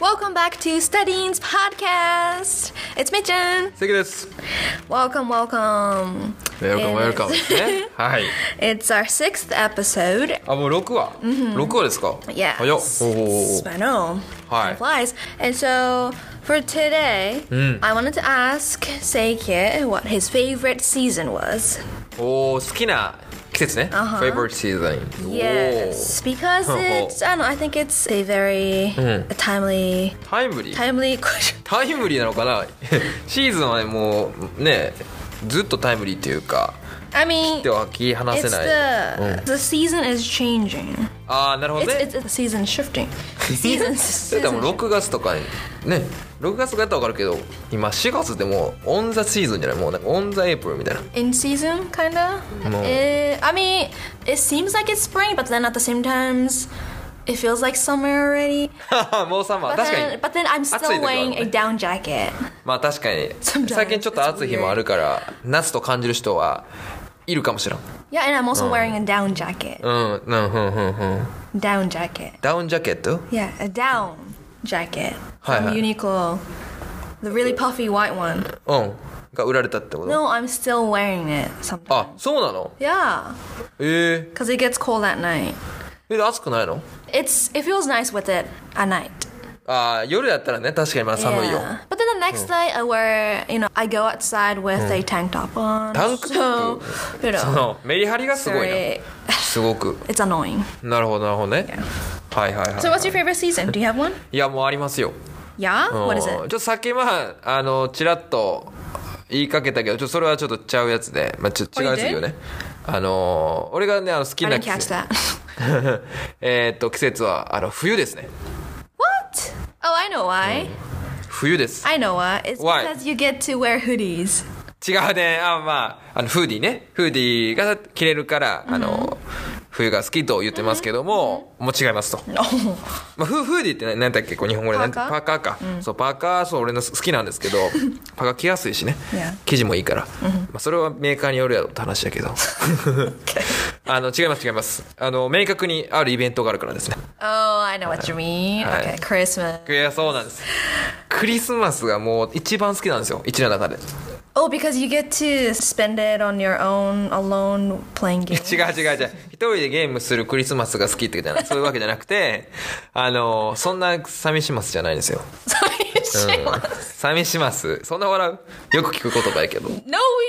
Welcome back to Studying's podcast. It's Mitchun. 関です。 Welcome, welcome. Welcome, It welcome. is- ね、はい。 It's our sixth episode. あ、もう六話。六話ですか。 Yes. 早っ。おお。 I know. Hi. Time Flies. And so for today, Hmm. I wanted to ask Seike what his favorite season was. おお、好きな季節ね。 Uh-huh. Favorite season。 Yes, because Oh. it's I don't know. I think it's a very Mm. timely, おお。タイムリー。 timely question. タイムリーなのかな。 シーズンはね、もうね、ずっとタイムリーっていうか、 I mean, では切り離せ it's な the い。the season is changing. ああ、なるほど It's ね。 it's, it's the season shifting. Season そ れでも season. 六月とかにね、六月とかやったらわかるけど、今四月でもオンザシーズンじゃない、もうなんかオンザエイプルみたいな。 In season, kinda. No. Eh, I mean, it seems like it's spring, but then at the same times, it feels like summer already. もうサマー But 確か then, に but then I'm 暑い時 still はある wearing ね a down jacket. まあ確かに Sometimes 最近ちょっと暑い日もあるから夏と感じる人はいるかもしれん Yeah, and I'm also Oh. wearing a down jacket. うんうんうんうんうん Down jacket. ダウンジャケット Yeah, a down jacket Hi, from hi. Uniqlo. The really puffy white one. うんが売られたってこと No, I'm still wearing it あ sometimes. そうなの Yeah, え because it gets cold at night. ー、え暑くないの It's it feels nice with it at night. あー夜だったらね確かにまだ寒いよ Yeah. But then the next night I wear, you know, I go outside with a tank top on. タンクト so, ッ you プそ know, のメリハリがすごい very, なすごく it's annoying. なるほどなるほどね Yeah. はいはいはい So は what's your い favorite season? Do you have one? いやもうありますよ Yeah? うん What is ちょっ it? とさっきまああのちらっと言いかけたけどちょっとそれはちょっとちゃうやつで、まあ、ちょっと違うやつ言うねあのー俺がねあの好き I な didn't 季 catch 節 that. えーっと季節はあの冬ですね what? Oh, I know why. 冬です I know why. It's Why? because you get to wear hoodies. 違うねあまああのフーディーねフーディーが着れるからあの、冬が好きと言ってますけども、もう違いますと、 Oh, まあ、フーフーディーって何何だっけこう日本語でなんてパーカーパーカーか、そうパーカーそう俺の好きなんです けどパーカー着やすいしね Yeah. 生地もいいから、まあ、それはメーカーによるやろって話だけど あの違います違いますあの明確にあるイベントがあるからですね oh, I know what you mean. Hi. Okay, Christmas. いやそうなんですクリスマスがもう一番好きなんですよ一年の中で Oh, because you get to spend it on your own, alone playing 違 games. う違う違う一人でゲームするクリスマスが好きってじゃないそういうわけじゃなくてあのそんな寂しますじゃないんですよ、うん寂しますそんな笑うよく聞く言葉やけど No,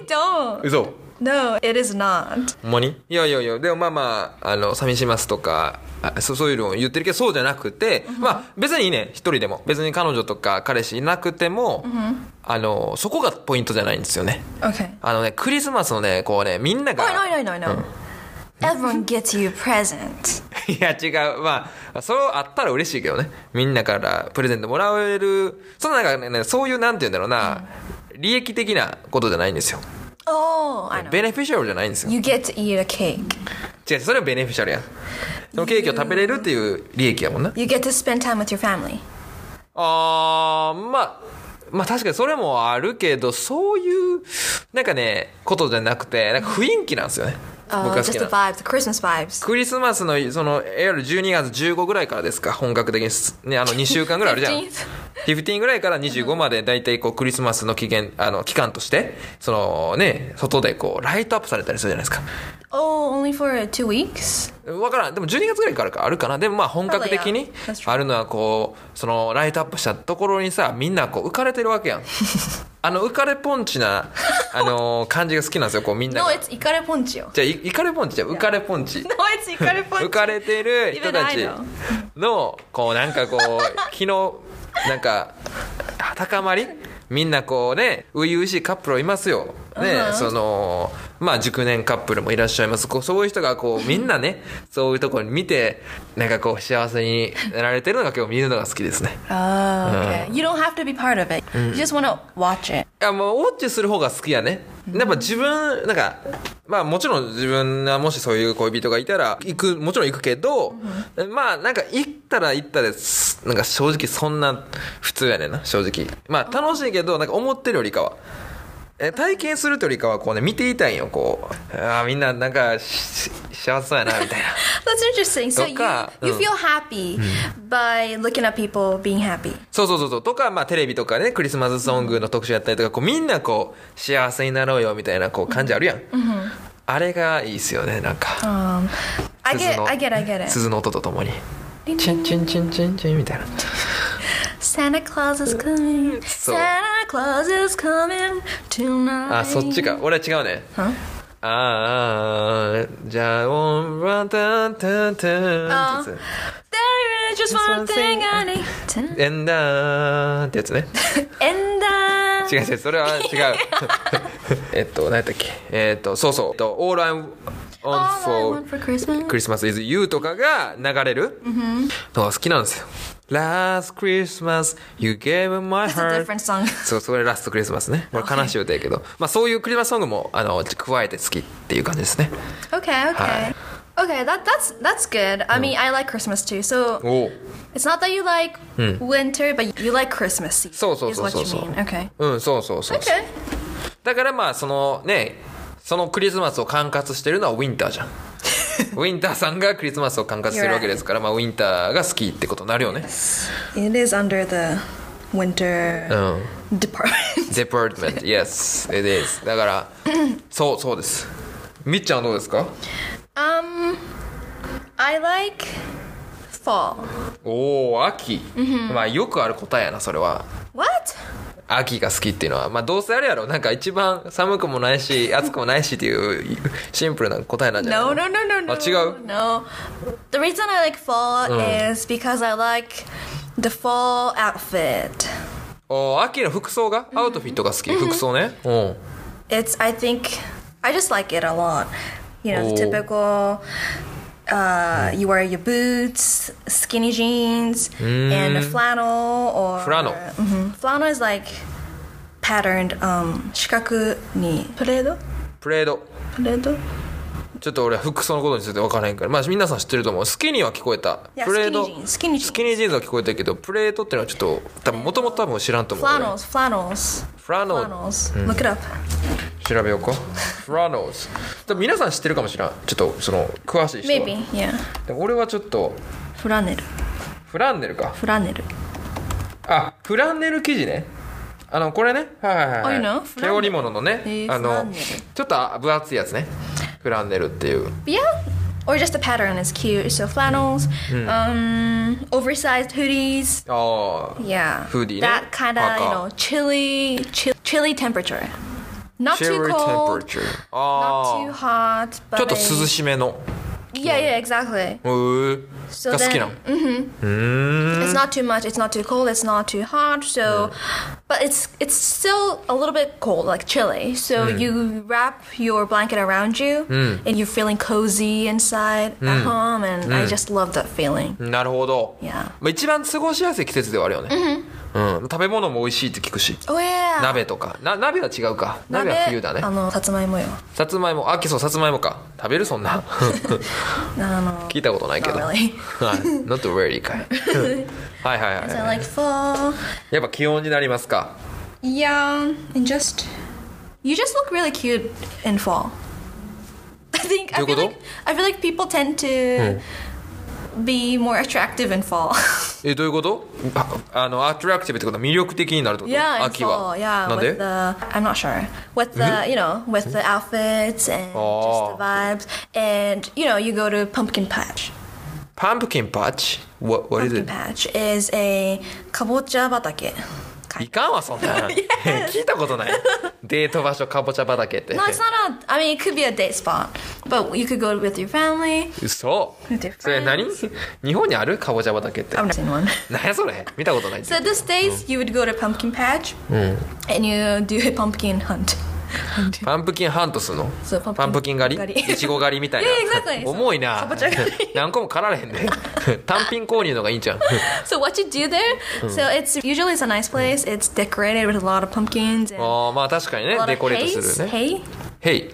we don't. 嘘 No, it is not. ほんまにいやいやいやでもまあまああの寂しますとかあそうそういうのを言ってるけどそうじゃなくて、まあ別にね一人でも別に彼女とか彼氏いなくても、あのそこがポイントじゃないんですよね Okay. あのねクリスマスのねこうねみんなが Oh, no, no, no, no. Everyone gets you a present. いや違うまあそうあったら嬉しいけどねみんなからプレゼントもらえるそのなんかねそういうなんて言うんだろうな、利益的なことじゃないんですよ Oh, I know. ベネフィシャルじゃないんですよ You get to eat a cake. 違うそれはベネフィシャルやんそのケーキを食べれるっていう利益やもんな You get to spend time with your family. あーまあまあ確かにそれもあるけどそういうなんかねことじゃなくてなんか雰囲気なんですよね僕 Oh, が好 just き the な vibes, the Christmas vibes. クリスマスのそのいわゆる12月15ぐらいからですか本格的にすねあの2週間ぐらいあるじ ゃん 15th 15ぐらいから25まで大体こうクリスマスの期限あの期間としてそのね外でこうライトアップされたりするじゃないですか Oh, only for two weeks? わからんでも12月ぐらいからかあるかなでもまあ本格的に Probably, yeah. That's true. あるのはこうそのライトアップしたところにさみんなこう浮かれてるわ けやんあの浮かれポンチなあの感じが好きなんですよこうみんな No, が it's ikare poncho. じゃあいイカレポンチじゃん浮かれポンチ No, it's ikare 浮か poncho. れてる人た Even I ち know. のこうなんかこう気のなんか高まりみんなこうね初々しいカップルいますよ、ねうんそのまあ熟年カップルもいらっしゃいますこうそういう人 がこうみんなねそういうところに見てなんかこう幸せになられてるのが今日見るのが好きですね Oh, okay. You don't have to be part of it. You just want to watch it. いやもうウォッチする方が好きやねやっぱ自分なんかまあもちろん自分がもしそういう恋人がいたら行くもちろん行くけど、まあなんか行ったら行ったですなんか正直そんな普通やねんな正直まあ楽しいけどなんか思ってるよりかはえ体験するというよりかはこうね見ていたいんよこうあーみんななんかしし幸せそうやなみたいな That's interesting. So you, とか、 you うん。 feel happy by looking at people being happy. そうそうそうそうとか、まあ、テレビとかねクリスマスソングの特集やったりとかこうみんなこう幸せになろうよみたいなこう感じあるやん、あれがいいっすよねなんか Um, I 鈴 get, の I get, I get it. 鈴の音とともにリンリンチンチンチンチンチンみたいな Santa Claus is coming. そう。 Santa Claus is coming tonight. あそっちか俺は違うね Huh? ああじゃあオンランタンタンタンってや Oh, there is just one thing I need to つエンダーってやつね end up. 違う違うそれ は違う えっと何やったっけえっとそうそうえっと「All I'm on All I want for for Christmas. Christmas is You」とかが流れるのが好きなんですよ「Last Christmas you gave my That's a different heart」 song. そうそれラストクリスマスねこれ悲しい歌やけど、まあ、そういうクリスマスソングもあの加えて好きっていう感じですね Okay, okay. Hi. Okay, that, that's that's good. I mean, I like Christmas too. So おお it's not that you like winter, but you like Christmas season. そうそう is そう what そう you そう mean. Okay. うんそうそうそうそう Okay. だからまあそのねそのクリスマスを管轄してるのはウィンタ ーじゃんウィンターさんがクリスマスを管轄してるわけですから、まあ、ウィンターが好きってことになるよね It is under the winter うん department. Department yes it is だからそうそうですみっちゃんはどうですか Um, I like fall. おお秋、まあよくある答えやなそれは What? 秋が好きっていうのはまあどうせあれやろなんか一番寒くもないし暑くもないしっていうシンプルな答えなんじゃない No, no, no, no, no. あ違う No. The reason I like fall Mm. is because I like the fall outfit. おー秋の服装がアウトフィットが好き、服装ねうん it's I think I just like it a lot. You know, the Oh. typical uh, you wear your boots, skinny jeans, and a flannel or Mm. Flannel. Mhm. Flannel is like patterned um 四角にプレードプレードプレードちょっと俺は服装のことについて分からへんからまあ皆さん知ってると思うスキニーは聞こえたいやプレードスキニージーンスキニージーンスキニージーンズは聞こえたけどプレードっていうのはちょっと多分もともと多分知らんと思う俺 flannels flannels フラノ flannels look it up 調べようかフラノズ多分皆さん知ってるかもしれんちょっとその詳しい人は maybe yeah でも俺はちょっとフラネルフランネルかフラネルあフランネル生地ねあのこれねはいはいはい、あはいいい、なフランネ毛ル織物のね、へーあフラのンネルちょっと分厚いやつねフランネルっていう yeah or just the pattern is cute so flannels Hmm. um oversized hoodies ああ Yeah. Hoodie, That no? kind of, you Parka. know, chilly, chill, chilly temperature. Not too Chilly cold. temperature. Not Ah. too hot. But ちょっと a- 涼しめの Yeah, yeah, exactly. へー So が好きな then, Mm-hmm. の It's not too much. It's not too cold. It's not too hot. So, but it's it's still a little bit cold, like chilly. So you wrap your blanket around you, and you're feeling cozy inside at home. And I just love that feeling. なるほど Yeah. まあ一番過ごしやすい季節ではあるよねうん食べ物も美味しいって聞くし Oh yeah. 鍋とかな鍋は違うか鍋は冬だねあのさつまいもよ。あの。さつまいもあきそうさつまいもか食べるそんな聞いたことないけど Not はい really. Not really かいはいはいはい So like fall. やっぱ気温になりますか Yeah, and just you just look really cute in fall. I think I feel Dogodo? like I feel like people tend to Hmm. be more attractive in fall. えどういうことああのアトラクティブってことは魅力的になるってこと yeah, in 秋 fall. は Yeah, なんで with the I'm not sure with the you know with the outfits and Mm-hmm. Hmm. Oh. just the vibes and you know you go to pumpkin patch. パンプキンパッチ What, what is Pumpkin it? patch is a kabocha batake. いかんわそ んな 聞いたことないデート場所かぼちゃ畑って No, it's not a. I mean, it could be a date spot, but you could go with your family. 嘘それ何日本にあるかぼちゃ畑ってな I've never seen one. んやそれ見たことない So these Oh. days, you would go to pumpkin patch Hmm. and you do a pumpkin hunt. パンプキンハントすんのそうパンプキンパンプキン狩狩りりいちご狩りみたい Yeah, exactly. な重いなかぼちゃ狩り 何個も狩られへ んで単品購入のがいいんじゃん So what you do there? Hmm. So it's usually it's a nice place. It's decorated with a lot of pumpkins and あーまあ確かに a ね lot デ of コレー hay. トするね Hay, へい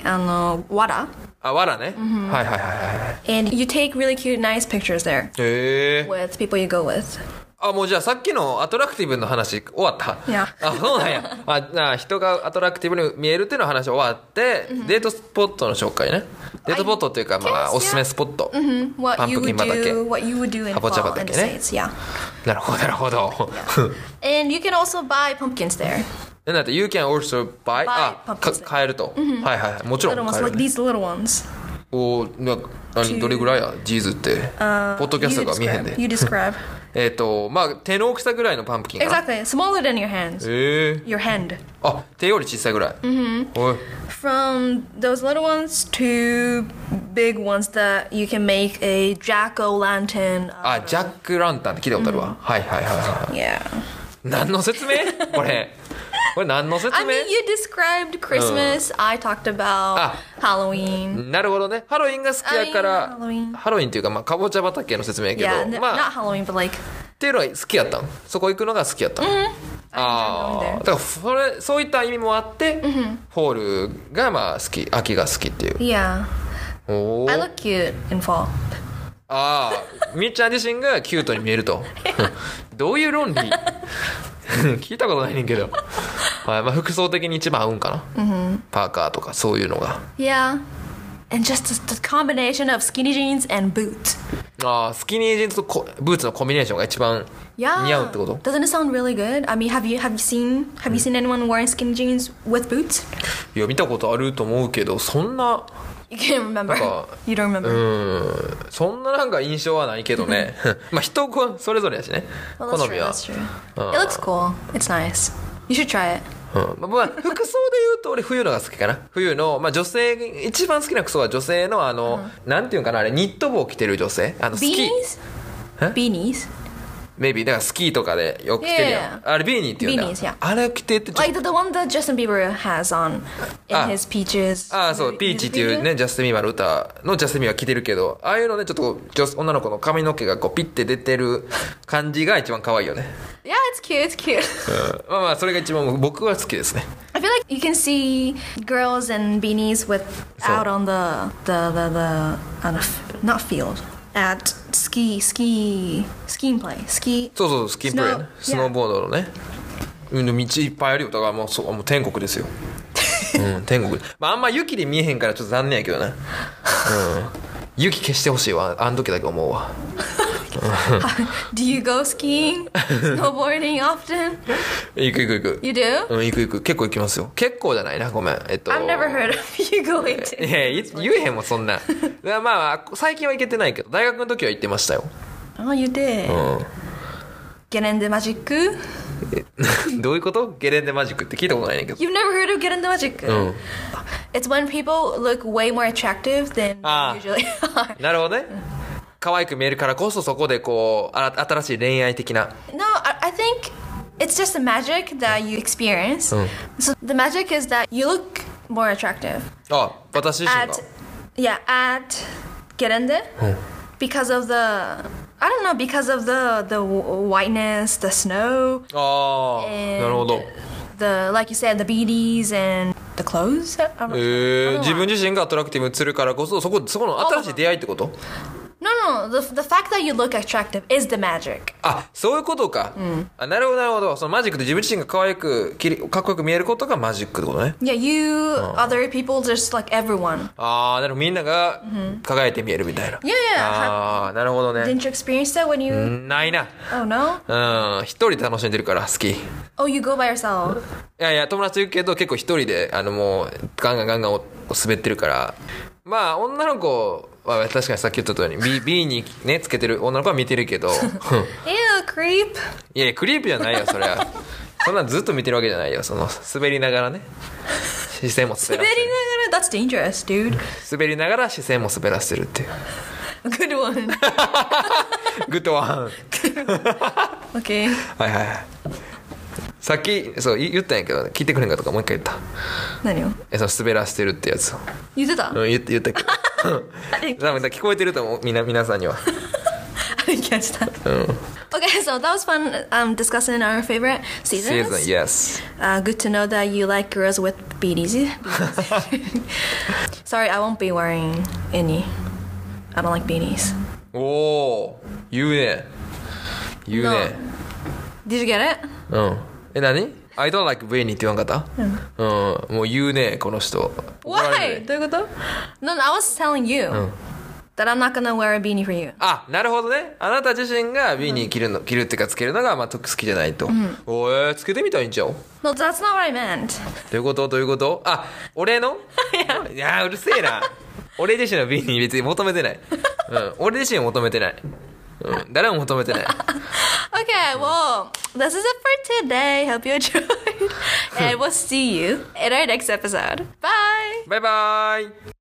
hay, um, wada, あわらねはいはいはいはい and you take really cute, nice pictures there へえ with people you go with. あ、もうじゃあさっきのアトラクティブの話終わった。いやあ、そうなんや。あ、なあ人がアトラクティブに見えるっていうの話終わって、デートスポットの紹介ね。デートスポットっていうか、まあ、 guess, おすすめスポット。 Mm-hmm. What you would Pumpkin do, Patake. what you would do in Apple fall in the Chapatake, eh? states, yeah. なるほど、なるほど。 And you can also buy pumpkins there. なんだって、You can also buy, あ、か pumpkins. 買えると。はいはいはい。もちろ Little ん ones, 買える like ね、 these little ones. おーなんか何どれぐらいやジーズって。ポッドキャ Uh, ス You トが見えへん describe. で。 You describe. えっと、まあ、手の大きさぐらいのパンプキンかな。 exactly. Smaller than your hands. ええ Your hand. あ、手より小さいぐらい。おい。 From those little ones to big ones that you can make a jack o' lantern. あ、ジャック・ランタンって聞いたことあるわ。はいはいはいはい。 Yeah. 何の 説明これ。これ何の説 I 明 mean, you described Christmas. I talked about Ah. Halloween. なるほどね。ハロウィンが好きやから、 I mean, ハロウィンハロウィンっていうか、まあ、かぼちゃ畑の説明やけ Yeah, n- ど、ま not あ、 Halloween, but like っていうのは好きやったんそこ行くのが好きやったん、あああ、だから、それ、そういった意味もあって、ホールがまあ好き、秋が好きっていう。 yeah. おお I。look cute in fall. ああ、みっちゃん自身がキュートに見える と。どういう論理 聞いたことないねんけど。まあ、まあ、服装的に一番合うんかな。パーカーとかそういうのが。 Yeah. And just the, the combination of skinny jeans and boots. ああ、スキニージーンズとコブーツのコンビネーションが一番 Yeah. 似合うってこと Doesn't it sound really good? I mean, have you have you seen have you seen anyone wearing skinny jeans with boots? いや、見たことあると思うけど、そんな、 You can't remember. Like you don't う remember. ーん、そんななんか印象はないけど ね。まあ、人それぞれやしね。 Well, 好 Oh, that's true. みは。 That's true. It looks cool. It's nice. You should try it. うんまあ、まあ服装で言うと俺冬のが好きかな冬の、まあ、女性一番好きな服装は女性のあの、なんていうんかなあれニット帽着てる女性あのスキー Beanies. Huh? Beanies. メイビーだからスキーとかでよく着てるやん Yeah. あれビーニーっていうんだ Beanies, yeah. あれ着てってちょっ Like the, the one that Justin Bieber has on in Ah. his peaches. とああそうピーチっていうねジャスティンビーバーの歌のジャスティンビーバー着てるけどああいうのねちょっと女女の子の髪の毛がこうピッて出てる感じが一番可愛いよね、 Yeah, it's cute. It's cute. うんまあまあそれが一番僕は好きですね I feel like you can see girls in beanies with out on the the the, the on a f- not field at ski ski skiing play ski. そうそうそうスキンプレーね Snow- スノーボードのね、うん、道いっぱいあるよだからもうそうもう天国で すよ、うん、天国、まあ、あんま雪で見えへんからちょっと残念やけどね、うん、雪消してほしいわあの時だけ思うわ Do you go skiing, snowboarding often? 行く行く行く You do. うん行く行く結構行きますよ結構じゃないなごめんえっと I've never heard of you going to. いやい言えへんもんそんなだからまあ最近は行けてないけど大学の時は行ってましたよ Oh, you did. Gerende Magiku? どういうことゲレンデマジックって聞いたことないねんけど You've never heard of Gerende Magiku? It's when people look way more attractive than they Ah. usually are. なるほどね可愛く見えるからこそそこでこうあら新しい恋愛的な No, I, I think it's just the magic that you experience. So the magic is that you look more attractive あ私自身が at, yeah, at Gerende because of the, I don't know, because of the the wh- whiteness, the snow, ああ and なるほど the like you said, the beanies and the clothes. I don't know. ええ Otherwise- 自分自身がアトラクティブに映るからこそそこそこの新しい出会いってこと No, no, the the fact that you look attractive is the magic. あそういうことか、あなるほどなるほどそのマジックで自分自身が可愛くきりかっこよく見えることがマジックってことね Yeah, you, other people, just like everyone. ああなるほどみんなが輝いて見えるみたいな、 Yeah, yeah. ああなるほどね Didn't you experience that when you? ないな Oh no. うん一人で楽しんでるから好きい Oh, you go by yourself. やいや友達いるけど結構一人であのもうガンガンガンガンお滑ってるからまあ女の子は確かにさっき言った通りビビーにねつけてる女の子は見てるけど Ew, creep. いやいやクリープじゃないよそりゃそんなんずっと見てるわけじゃないよその滑りながらね視線も滑 But らせ you る know, no, no, That's dangerous, dude. 滑りながら視線も滑らせてるっていう Good one. グッドワン Okay. はいはいはいさっきそうい言ったんやけど、ね、聞いてくれんかとかもう一回言った Nanyo. えその滑らせてるってやつを、 You did that. うん、言って 言ったけど多分聞こえてると思うみな皆さんには I didn't catch that. Okay, so that was fun. Um, discussing our favorite seasons. Season yes Uh, good to know that you like girls with beanies. Sorry, I won't be wearing any. I don't like beanies. おお言うね言うね Did you get it? うんえ何 I don't like Vinny って言わんかったうん、もう言うねこの人怒られる Why? ねどういうこと No, no, I was telling you、that I'm not gonna wear a beanie for you. あなるほどねあなた自身が Vinny 着るの、着るっていうかつけるのがまあと好きじゃないと、おえつけてみたらいいんちゃう No, that's not what I meant. どういうことどういうことあ俺のいやーうるせえな俺自身の Vinny 別に求めてない、うん、俺自身は求めてない、うん、誰も求めてない Okay, well, this is it for today. Hope you enjoyed. and we'll see you in our next episode. Bye! バイバーイ